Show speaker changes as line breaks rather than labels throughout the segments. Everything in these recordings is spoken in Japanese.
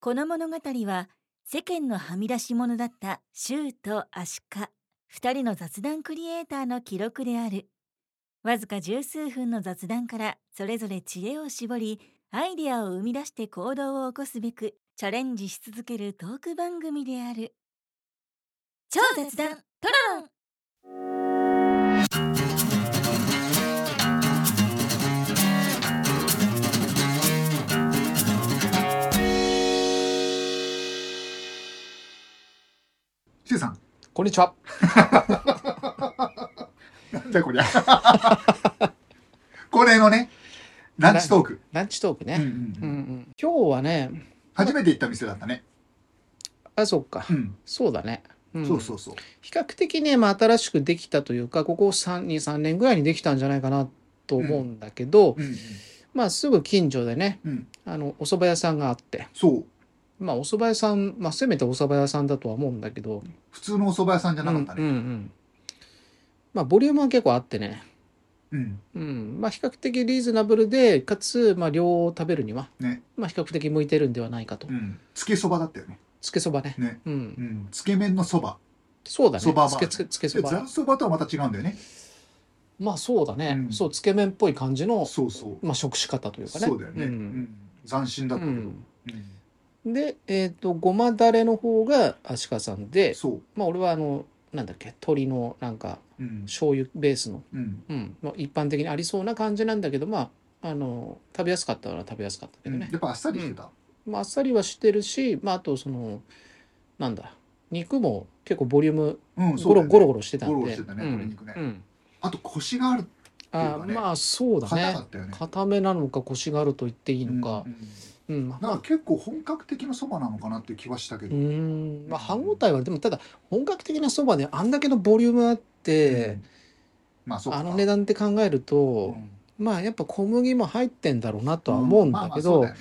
この物語は世間のはみ出し者だったシューとアシカ2人の雑談クリエイターの記録であるわずか十数分の雑談からそれぞれ知恵を絞りアイデアを生み出して行動を起こすべくチャレンジし続けるトーク番組である超雑談トロロン
シュウさん。
こんにちは。
なんだこりゃ。 これのね、ランチトーク。
ランチトーク
うんう
ね。
ん
う
うん
うんん、今日はね、
初めて行った店だったね。
あ、そっか
う。ん。
そうだね。うん
そうそうそう。
比較的ね、まあ、新しくできたというか、ここ3、2、3年ぐらいにできたんじゃないかなと思うんだけど、
うんうん
まあ、すぐ近所でね、
うん。
あの、お蕎麦屋さんがあって、
そう。
まあ、お蕎麦屋さん、まあ、せめてお蕎麦屋さんだとは思うんだけど、
普通のお蕎麦屋さんじゃなかった
うん
ね。
うんうん。まあ、ボリュームは結構あってね、
うん。
うん、まあ、比較的リーズナブルで、かつ、まあ、量を食べるには、
ね
まあ、比較的向いてるんではないかと
う。ん。つけそばだったよね。
つけそばね。
ね。
うん
う。ん。つけ麺のそば。
そうだね。
そば
つ
バー
け
ね
つけつけそ
でざ
ば。
るそばとはまた違うんだよね。
まあそうだね。
うん
そう、つけ麺っぽい感じの、
そうそう。
まあ、食し方というかね。
そうだよね。うんん。斬新だった
う
けど。
ん
うん
で、えっ、と、ごまだれの方が足利さんで、
そう。
まあ俺はあの、なんだっけ、鶏のなんか、
うん。
醤油ベースの、
うん。
うん、まあ、一般的にありそうな感じなんだけど、まあ、あの、食べやすかったのは食べやすかったけどね。
やっぱあっさりしてた。
まあ、あっさりはしてるし、まああとその、なんだ、肉も結構ボリューム、
うん、そ
ゴ
うだ
ロ
よね。
ゴロゴロしてたんで。
ゴロゴロしてたね
うん
鶏肉ね
うん
あと、腰がある。
あ
っていうかね
まあそうだ
硬
ね
か。ったよね。
固めなのかコシがあると言っていいのか
う、んうん
うんま
なんか
あ
結構本格的なそばなのかなっていう気はしたけ
う
ど。
んまあ歯応えはでもただ本格的なそばであんだけのボリュームあって、
まあそうか
あの値段って考えると、
ん
まあやっぱ小麦も入ってんだろうなとは思うんだけど、
う
うん
まあまあそうだよ
だ
ね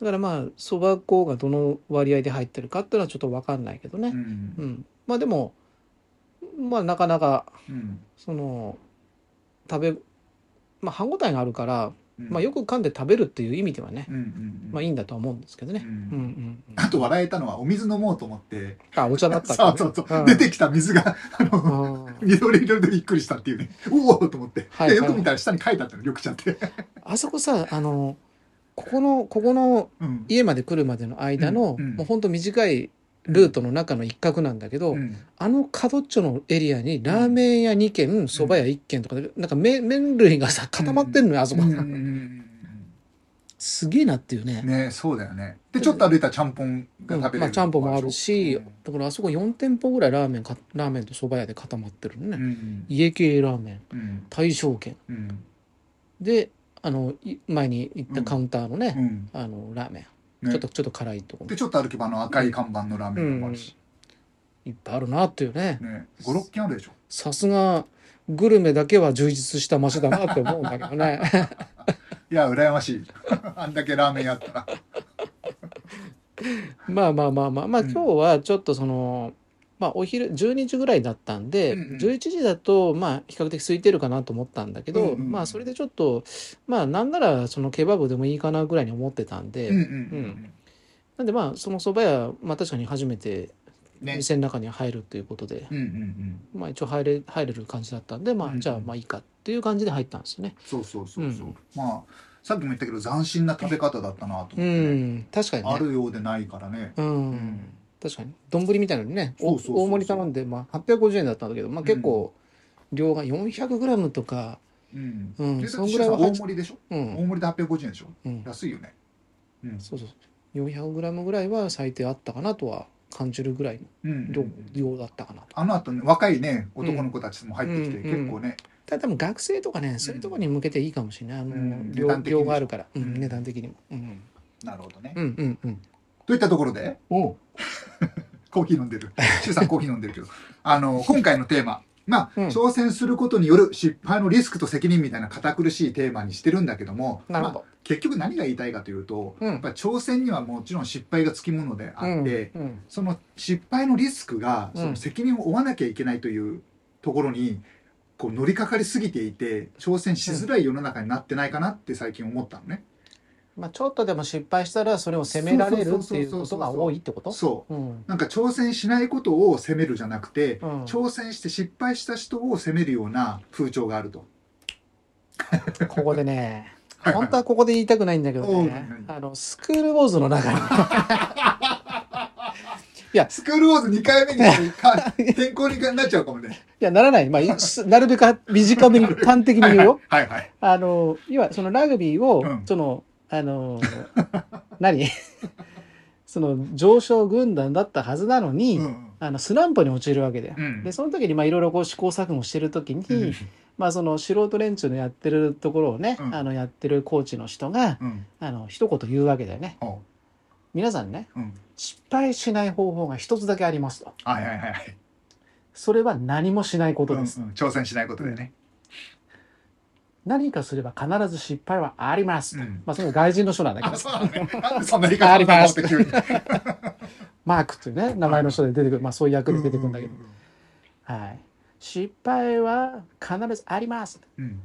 からまあそば粉がどの割合で入ってるかっていうのはちょっと分かんないけど
う
ね、うん
ん
まあでもまあなかなか
うん
その食べ、まあ、歯応えがあるから、
うん
まあ、よく噛んで食べるっていう意味ではね
うんうん
まあいいんだとは思うんですけど
う
ね。うんうんんうん
あと笑えたのはお水飲もうと思って
あ、お茶だった
そう
ね
そうそう
うん
出てきた水があ
う
の
ん
緑色でびっくりしたっていうねおおと思って
はい
で
は
よ
い
く見たら下に書いてあったの緑茶って
あそこさ、あの、ここの、ここの
うん
家まで来るまでの間の、
うんうん
もうほんと短いルートの中の一角なんだけど、
うん
あの角っちょのエリアにラーメン屋2軒、蕎麦屋1軒とかで、なんか麺麺類がさ、固まってんのよ、あそこ。
うんうんうん
すげえなっていうね。
ねそうだよねでちょっと歩いたらちゃんぽんが
うん
食べれる
まあ、ちゃんぽんもあるし、
うん
だからあそこ4店舗ぐらいラーメンか、ラーメンと蕎麦屋で固まってるのね。
うん
家系ラーメン、
うん
大正軒。
うん
で、あの、い前に行ったカウンターのね、
うん
あのラーメン、
ね
ちょっとちょっと辛いとこ
でちょっと歩けばあの赤い看板のラーメンもあるし
いっぱいあるなっていうね
ね56軒あるでしょ
さすがグルメだけは充実した街だなって思うんだけどね
いや、羨ましい。 あんだけラーメンやったら。
まあまあまあまあまあ
うん
今日はちょっとその、まあお昼12時ぐらいだったんで、
うんうん
11時だとまあ比較的空いてるかなと思ったんだけど、
うんうん
まあそれでちょっとまあなんならそのケバブでもいいかなぐらいに思ってたんで、
うんうん
なんでまあその蕎麦屋まあ確かに初めて
うん。ね。
店の中に入るということで、
うんうんうん。
まあ一応入れ入れる感じだったんで、ま
うんう
あ
ん
じゃあまあいいかっていう感じで入ったんですよね。
そうそうそうそう。
うん
まあ、さっきも言ったけど、斬新な食べ方だったなと思って
う
ね、
ん、確かにね。
あるようでないからね。
う、。
うん
確かに。丼みたいなのにね、
そう
お
そうそうそう
大盛り頼んで、まあ850円だったんだけど、まあ結構、量が 400g とか、
うん。
うん
で
そんぐらいは
大盛りでしょ
う
大
ん、
盛りで850円でしょ
うん、
安いよね。うん。
そうそう。400g ぐらいは最低あったかなとは感じるぐらい
うん
の
う
量,、
ん。
量だったかなと。
あの後ね、若いね、男の子たちも入ってきて、
うん
結構ね、
ただ多分学生とかね、そういうところに向けていいかもしれない。あの、
うん値
量
段的に
量があるから、うん
うん
値段的にも。うん、
なるほどね。
うん、うん、うん。
といったところで、
お
コーヒー飲んでる。シュウさんコーヒー飲んでるけど。あの、今回のテーマ。まあ、
うん
挑戦することによる失敗のリスクと責任みたいな堅苦しいテーマにしてるんだけども、
なるほ
まあ
ど。
結局何が言いたいかというと、
うん
やっぱ挑戦にはもちろん失敗がつきものであって、
うんうん
その失敗のリスクが、
うん
その責任を負わなきゃいけないというところに、こう乗りかかりすぎていて、挑戦しづらい世の中になってないかなって最近思ったのね。
まあ、ちょっとでも失敗したらそれを責められるっていうことが多いってこと、
そう
ん
うなんか挑戦しないことを責めるじゃなくて、
うん、
挑戦して失敗した人を責めるような風潮があると。
ここでね
はいはい
本当はここで言いたくないんだけど
おう
ね
何
あのスクールウォーズの中に いや
スクールウォーズ2回目にして か転校になっちゃうかもね。
いやならない、 まあ、すなるべく短めに端的に
はい
言う
はい は
よ
いはい。
あの要はそのラグビーを、
うん
そのあの何 その上昇軍団だったはずなのに、
うんうん
あのスランプに陥るわけだよ。
うん
でその時にまあいろいろこう試行錯誤してる時に、
うん
まあ、その素人連中のやってるところをね、
うん
あのやってるコーチの人が
うん
あの一言言うわけだよね。
ほ
皆さんね
ううん
失敗しない方法が一つだけありますと。
はいはいはいはい。
それは何もしないことです。
うんうん挑戦しないことでね。
何かすれば必ず失敗はありますと。
うん
まあ、その外人の人なんだけ
あ、
ど
そうなんだね。なんでそんな言い方
あります
なんだろうって急に
マークというね名前の人で出てくる、まあ、そういう役で出てくるんだけど、はい、失敗は必ずあります
うん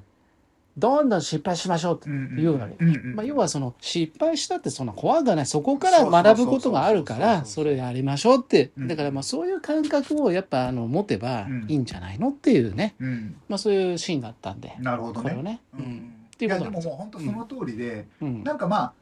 どんどん失敗しましょうって
う、んん
言うわけ
んん
まあ、要はその失敗したってそんな怖くはないそこから学ぶことがあるか
そ
ら
そ
そう
うそうそうそう
れやりましょうって
うん
だからまあそういう感覚をやっぱあの持てば
うん
いいんじゃないのっていうね、
うん
まあ、そういうシーンだったんで、
なるほど
これ
ね。
をね、
う
うん
い
ん
やで
っていうことなん
も
です
もう本当その通りで、
うん
なんかまあ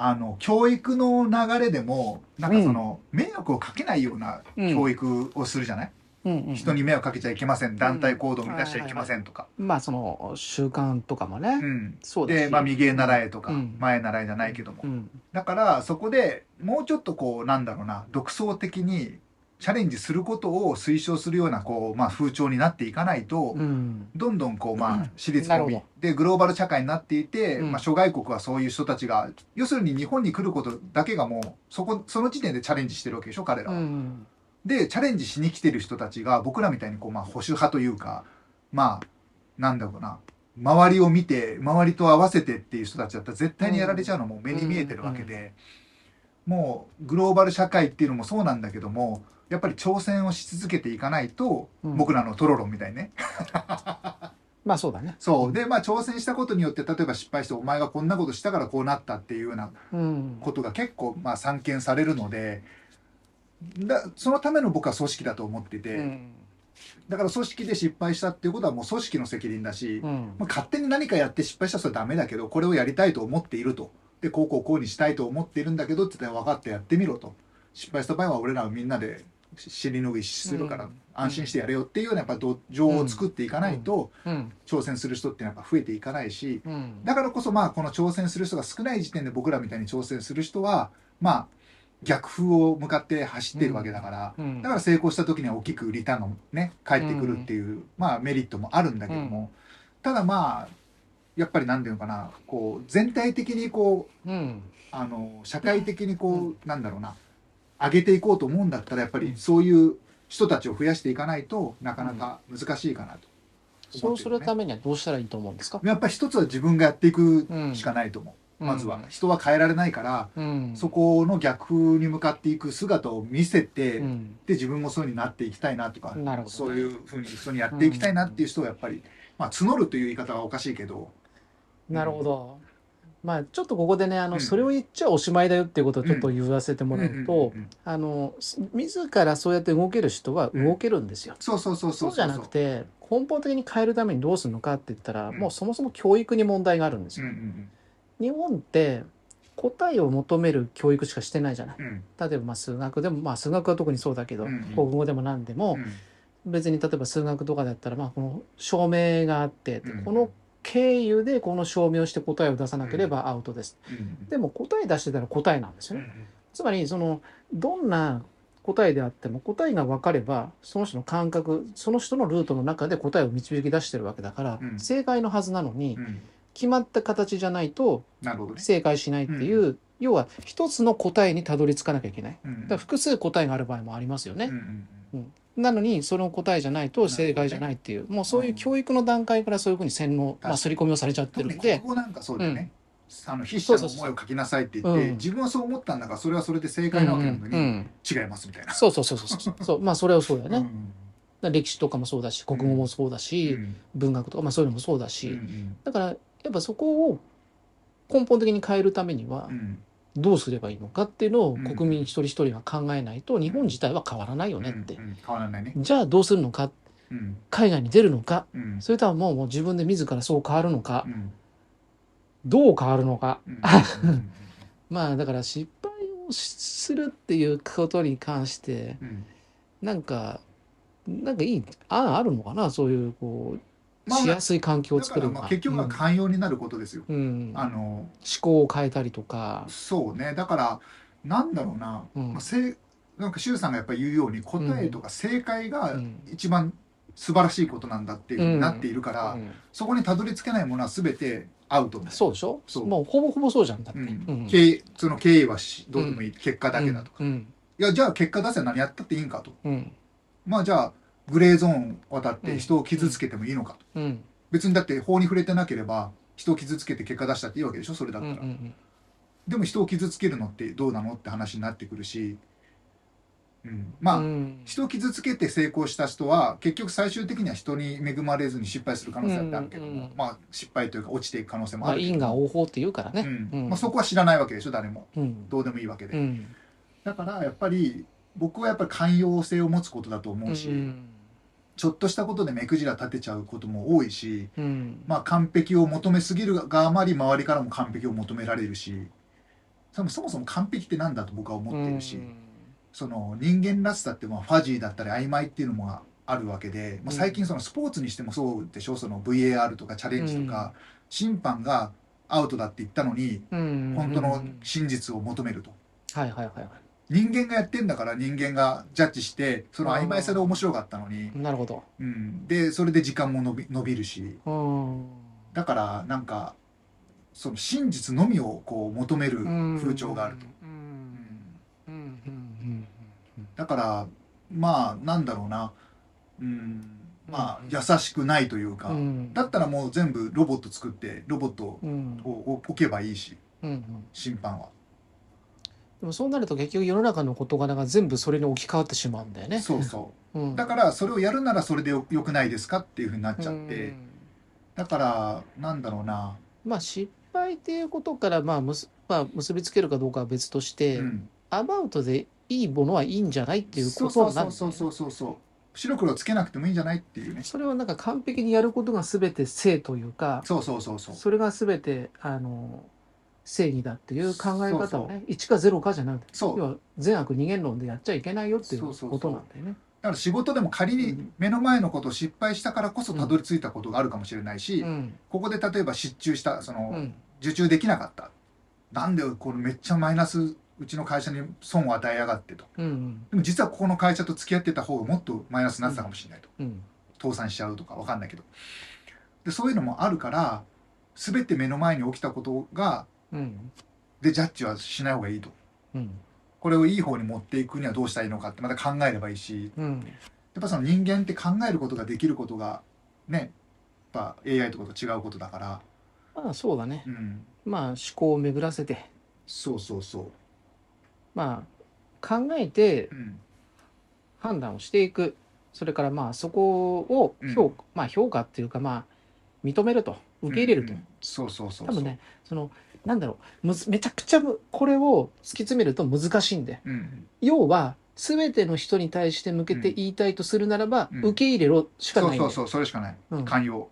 あの教育の流れでもなんかその、迷惑をかけないような
うん
教育をするじゃない、
うんうん
人に迷惑かけちゃいけません団体行動を乱しちゃいけませんとか、
まあその習慣とかもね、
うん
そうだし
で、まあ、右へ習えとか、
うん
前へ習えじゃないけども、
うん
だからそこでもうちょっとこうなんだろうな独創的にチャレンジすることを推奨するようなこう、まあ、風潮になっていかないと、
うん
どんどんこう
う
まあ
ん
私立
な
コ
る
ン
ほ
ビ
ど
でグローバル社会になっていて、
うん
まあ、諸外国はそういう人たちが要するに日本に来ることだけがもうそこその時点でチャレンジしてるわけでしょ彼ら
う
は。
ん
でチャレンジしに来てる人たちが僕らみたいにこうまあ保守派というかまあなんだろうな周りを見て周りと合わせてっていう人たちだったら絶対にやられちゃうのも目に見えてるわけで、もうグローバル社会っていうのもそうなんだけどもやっぱり挑戦をし続けていかないと、
うん
僕らのトロロンみたいにね
まあそうだね
そうでまあ挑戦したことによって例えば失敗してお前がこんなことしたからこうなったっていうような
うん
ことが結構まあ散見されるのでだそのための僕は組織だと思ってて、
うん
だから組織で失敗したっていうことはもう組織の責任だし、
うん
まあ、勝手に何かやって失敗したらそれはダメだけどこれをやりたいと思っているとでこうこうこうにしたいと思っているんだけどって言ったら分かってやってみろと失敗した場合は俺らはみんなでし尻拭いするから
うん
安心してやれよっていうようなやっぱ土壌を作っていかないと、
うん
挑戦する人ってやっぱ増えていかないし
うん
だからこそまあこの挑戦する人が少ない時点で僕らみたいに挑戦する人はまあ逆風を向かって走っているわけだから、
うん
だから成功した時には大きくリターンがね返ってくるっていう、まあメリットもあるんだけども、ただまあやっぱり何ていうのかなこう全体的にこう
うん
あの社会的にこう、
う
なんだろうな上げていこうと思うんだったらやっぱ
う
り
ん
そういう人たちを増やしていかないとなかなか難しいかなと、
そうするためにはどうしたらいいと思うんですか
やっぱり一つは自分がやっていく
うん
しかないと思う、まずは
うん
人は変えられないから、
うん
そこの逆風に向かっていく姿を見せて、
うん
で自分もそういうふうになっていきたいなとか
なるほど
そういうふうに人にやっていきたいなっていう人はやっぱり、まあ、募るという言い方はおかしいけど
なるほどまあちょっとここでねあの、
うん
それを言っちゃおしまいだよっていうことをちょっと言わせてもらうと、
うんうんうん
あのす自らそうやって動ける人は動けるんですよ、
そうそうそうそ
そううじゃなく、て根本的に変えるためにどうするのかって言ったら、
うん
もうそもそも教育に問題があるんです
うん
よ、
うん
日本って答えを求める教育しかしてないじゃない
うんうん
例えばまあ数学でもまあ数学は特にそうだけど、
うんうん
国語でも何でも、別に例えば数学とかだったらまあこの証明があって、
うん
この経由でこの証明をして答えを出さなければアウトです、
うん
でも答え出してたら答えなんです
う
よ
ん
ね、つまりそのどんな答えであっても答えが分かればその人の感覚その人のルートの中で答えを導き出してるわけだから、
うん
正解のはずなのに、
うん
決まった形じゃないと
なるほどね、
正解しないっていう、要は一つの答えにたどり着かなきゃいけない
うんう
だ
ん
から複数答えがある場合もありますよね、
うんうん
なのにその答えじゃないと正解じゃないっていう、もうそういう教育の段階からそういうふうに洗脳、まあ、刷り込みをされちゃって
特
る
に
ん
国
で、
語なんかそうだよね、あの筆者の思いを書きなさいって言って、
うん
自分はそう思ったんだからそれはそれで正
う
解
ん
なわけ
う
なのに、
ん、
違いますみたいな。
そうそうそうそうそうそうまあそれはそうだよね、
う
だか
ん
ら歴史とかもそうだし国語もそうだし、文学とか、まあ、そういうのもそうだし、だからやっぱそこを根本的に変えるためには
うん
どうすればいいのかっていうのを
うん
国民一人一人が考えないと日本自体は変わらないよねって
うんうん変わらないね
じゃあどうするのか
うん
海外に出るのか
うん
それとはもうもう自分で自らそう変わるのか
うん
どう変わるのか
うん
まあだから失敗をしするっていうことに関して
うん
なんかなんかいい案あるのかなそういうこう
まあ
しやすい環境を
だ
作
から
るの
ま
か
あ結局は寛容になることですよ
うんうん
あ
思
の
考を変えたりとか
そうねだからなんだろうな、
うん
まあ、せいなんか周さんがやっぱ言うように答えとか正解が
うん
一番素晴らしいことなんだっていうふうになっているから、
うん
そこにたどり着けないものは全てアウトだ
そうでしょ
そう
もうほぼほぼそうじゃんだって
う
うんん
経営その経営はしどうでもいい、結果だけだとか、
うん
いやじゃあ結果出せば何やったっていいんかと
うん
まあじゃあグレーゾーン渡っ
う
て
ん
人を傷つけてもいいのかと、
うんうん
別にだって法に触れてなければ人を傷つけて結果出したっていいわけでしょそれだっ
う
た
ん
ら、
うん
でも人を傷つけるのってどうなのって話になってくるし、うん、まあ、
うん
人を傷つけて成功した人は結局最終的には人に恵まれずに失敗する可能性だってあるけども、
うんうん
まあ失敗というか落ちていく可能性も
ま
あ
あ
るけど
因果応報って言うからね
うん
うん
まあ、そこは知らないわけでしょ誰も
うん
どうでもいいわけで、
うん
だからやっぱり僕はやっぱり寛容性を持つことだと思うし、
うん
ちょっとしたことで目くじら立てちゃうことも多いし、
うん
まあ、完璧を求めすぎるがあまり周りからも完璧を求められるしそもそもそも完璧ってなんだと僕は思ってるし、その人間らしさってまあファジーだったり曖昧っていうのもあるわけで、まあ、
うん
最近そのスポーツにしてもそうでしょその VAR とかチャレンジとか、審判がアウトだって言ったのに
うん
本当
う
の
ん
真実を求めると。
はいはいはいは
人間がやってんだから人間がジャッジしてその曖昧さで面白かったのに、
いなるほど
うん、でそれで時間も伸び伸びるし
う
だからなんかその真実のみをこう求める
ん
風潮があると、
うん
うん
うんうん
だからまあなんだろうな、うん、まあ
うん
優しくないというか、
うんうん
だったらもう全部ロボット作ってロボット
うん
をを置けばいいし
うんうん
審判は。
でもそうなると結局世の中の事柄が全部それに置き換わってしまうんだよね
そうそううんだからそれをやるならそれでよよくないですかっていうふうになっちゃって、
うん
だからなんだろうな、
まあ失敗っていうことからまあむすまあ結びつけるかどうかは別として
うん、
アバウトでいいものはいいんじゃないっていう
そう
こ
そ
と
う
にな
そ
る
うそうそうそうそう白黒つけなくてもいいんじゃないっていうね
それはなんか完璧にやることが全て正というか
そうそうそうそう
それが全てあの正義だっていう考え
そう
方
そ
をね1か0かじゃなくて
そう
要
だ
は善悪二元論でやっちゃいけないよっていう
そうそうそう
ことなんだよね。
から仕事でも仮
う
に
ん
目の前のことを失敗したからこそたどり着いたことがあるかもしれないし、
うん
ここで例えば失注したそうの、
ん
受注できなかったなんでこれめっちゃマイナスうちの会社に損を与えやがってと
うん
でも実はここの会社と付き合ってた方がもっとマイナスになってたかもしれないと、
うん
倒産しちゃうとかわかんないけどでそういうのもあるから全て目の前に起きたことが
うん
でジャッジはしない方がいいと。
うん
これをいい方に持っていくにはどうしたらいいのかってまた考えればいいし
うん
やっぱその人間って考えることができることがねやっぱ AI とかと違うことだから、
まあそうだね
うん、
まあ思考を巡らせて
そうそうそ
まあ考えて
う、うん、
判断をしていくそれからまあそこを評,、価まあ、評価っていうかまあ認めると受け入れると、
うんそうそうそうそう
多分ねそのなんだろうむずめちゃくちゃむこれを突き詰めると難しいんで
うん、
要は全ての人に対して向けて言いたいとするならば、
うん
受け入れろしか
そ
な
う
いんだ
そ
よ
うそうそれしかない
うんだ
寛容、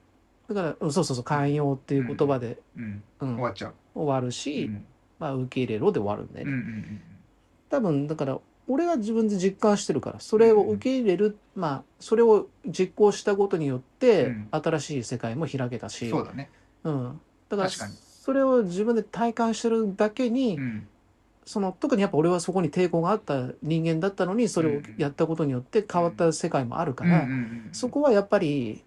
からうんそうそうそう寛容っていう言葉で、
うん、
うん
終わっちゃう、
終わる
うん
し、
うん
まあ、受け入れろで終わるんだよ
うんう
ね、
ん
多分だから俺が自分で実感してるからそれを受け入れる、まあそれを実行したことによって、
うん
新しい世界も開けた
うん、
し
そうだね、
うん、だから
確かに
それを自分で体感してるだけに、
うん
その特にやっぱ俺はそこに抵抗があった人間だったのにそれをやったことによって変わった世界もあるから、
うんうんうん、
そこはやっぱり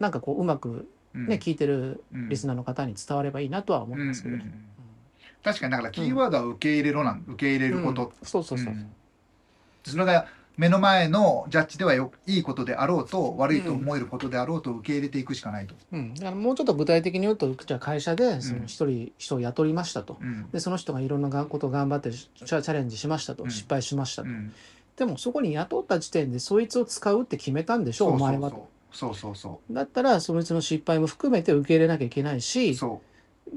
なんかこううまく
ね
ね、聞いてる
うん
リスナーの方に伝わればいいなとは思
うん
って
うん
ますけど
う
ね。
ん確かにだからキーワードは受け入れろなん受け入れ
う
る
ん
こと、
そうそうそう。
うんそれが目の前のジャッジではよいいことであろうと悪いと思えることであろうと受け入れていくしかないと。
うん、だからもうちょっと具体的に言うとじゃあ会社でその一人人を雇いましたと、
うん
でその人がいろんながことを頑張ってしチャチャレンジしましたと、
うん
失敗しました
う
と、
ん
でもそこに雇った時点でそいつを使うって決めたんでし
そ
ょ
う
お
そ
前
う
は
そうそうそうそ
だったらそいつの失敗も含めて受け入れなきゃいけないうし
そ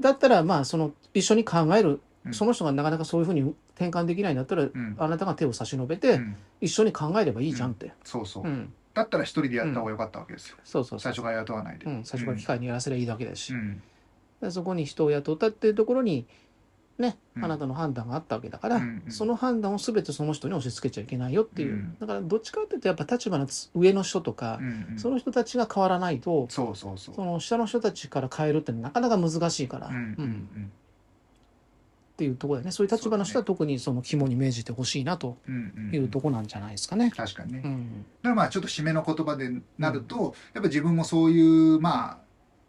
だったらまあその一緒に考える
うん
その人がなかなかそういうふうに転換できないんだったら
うん
あなたが手を差し伸べ
う
て
ん
一緒に考えればいいじゃんって、
そうそううんだったら一人でやった方が良かったわけですよ
そうそうそ
最
う
初から雇わないで
うん、最初から機械にやらせればいいだけだし、
う
だか
ん
らそこに人を雇ったっていうところにね、
うん
あなたの判断があったわけだから、
うんうん
その判断を全てその人に押し付けちゃいけないよっていう、
うん
だからどっちかっていうとやっぱ立場のつ上の人とか
う、んうん
その人たちが変わらないと
そうそうそう
その下の人たちから変えるってなかなか難しいから、
うんうんう
うん
ん
っていうところだよねそういう立場の人は特にその肝に銘じてほしいなと
うんうん
いうとこなんじゃないですかね。
確かにね
う
だか
ん
らまあちょっと締めの言葉でなるとやっぱ自分もそういうまあ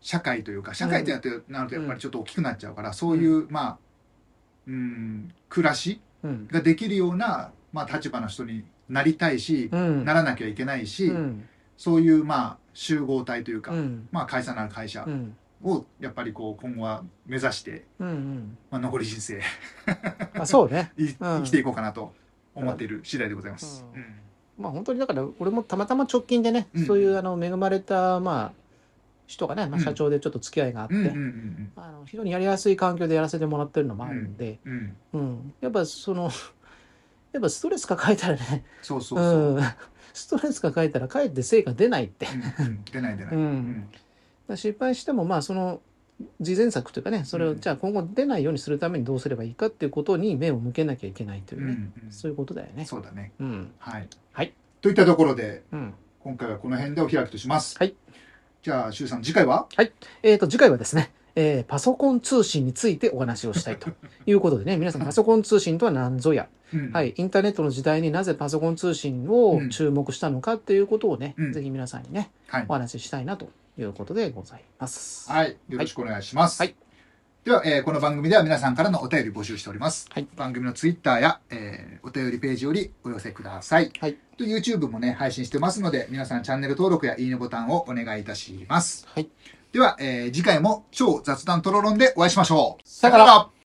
社会というか社会ってなってなるとやっぱりちょっと大きくなっちゃうからそういうまあうん暮らし
うん
ができるようなまあ立場の人になりたいし
うん
ならなきゃいけないし
うん
そういうまあ集合体というか
うん
まあ会社なる会社
うん
をやっぱりこう今後は目指して
うんうん
まあ残り人 生
まあそうね
い生きていこうかなと思っている次第でございます。
うん
うん
まあ本当にだから俺もたまたま直近でね、
うん
そういうあの恵まれたまあ人がね、ま
う
あ、
ん
社長でちょっと付き合いがあって、
うんうんうん
あの非常にやりやすい環境でやらせてもらってるのもあるんで、
うんうん
うんやっぱその やっぱストレス抱えたらね
そうそうそう。
うん、ストレス抱えたらかえって成果出ないって、
うんうん出ない出な
う、
い。うんん
だから失敗してもまあその事前策というかねそれ
う
を
ん
じゃあ今後出ないようにするためにどうすればいいかっていうことに目を向けなきゃいけないという
う
ね、
んうん
そういうことだよね。
そうだね。
うん
はい。
はい。
といったところで
うん
今回はこの辺でお開きとします。
はい。
じゃあ周さん次回は
えー、と次回はですね、えーパソコン通信についてお話をしたいということでね皆さんパソコン通信とは何ぞや、
うん
はい、インターネットの時代になぜパソコン通信を注目したのかっていうことをね、
うん
ぜひ皆さんにね
はい
お。話ししたいなということでございます。
はい。よろしくお願いします。
はい。
では、えーこの番組では皆さんからのお便り募集しております。
はい
番組のツイッターや、えーお便りページよりお寄せください。
はい
と YouTube もね、配信してますので、皆さんチャンネル登録やいいねボタンをお願いいたします。
はい
では、えー次回も超雑談トロロンでお会いしましょう。
さよなら